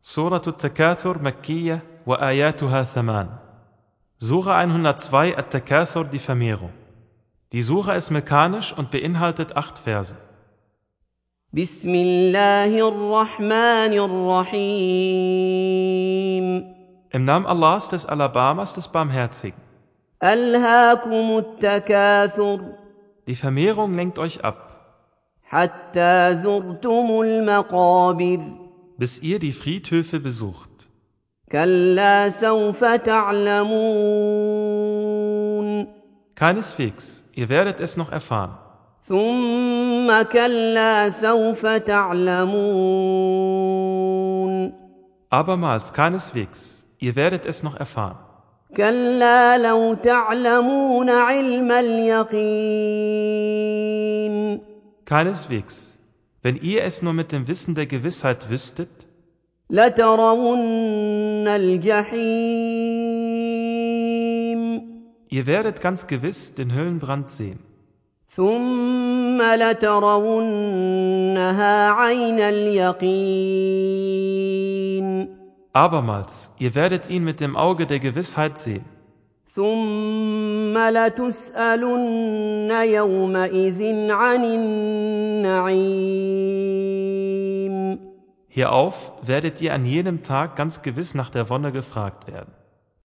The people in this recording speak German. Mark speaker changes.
Speaker 1: Surah Al-Takathur Makkiyah wa ayatuha thaman. Surah 102 At-Takathur die Vermehrung. Die Surah ist mekanisch und beinhaltet acht Verse.
Speaker 2: بسم الله الرحمن الرحيم
Speaker 1: Im Namen Allahs des Alabamas des Barmherzigen.
Speaker 2: ألهاكم التكاثر
Speaker 1: Die Vermehrung lenkt euch ab,
Speaker 2: حتى زرتم المقابر
Speaker 1: bis ihr die Friedhöfe besucht.
Speaker 2: كلا سوف تعلمون
Speaker 1: Keineswegs, ihr werdet es noch erfahren.
Speaker 2: ثم كلا سوف تعلمون
Speaker 1: Abermals, keineswegs, ihr werdet es noch erfahren.
Speaker 2: كلا لو تعلمون علم اليقين
Speaker 1: Keineswegs, wenn ihr es nur mit dem Wissen der Gewissheit wüsstet,
Speaker 2: لترون الجحيم
Speaker 1: ihr werdet ganz gewiss den Höllenbrand sehen.
Speaker 2: ثم لترونها عين اليقين
Speaker 1: Abermals, ihr werdet ihn mit dem Auge der Gewissheit sehen.
Speaker 2: ثم لتسالن يومئذ عن النعيم
Speaker 1: Hierauf werdet ihr an jenem Tag ganz gewiss nach der Wonne gefragt werden.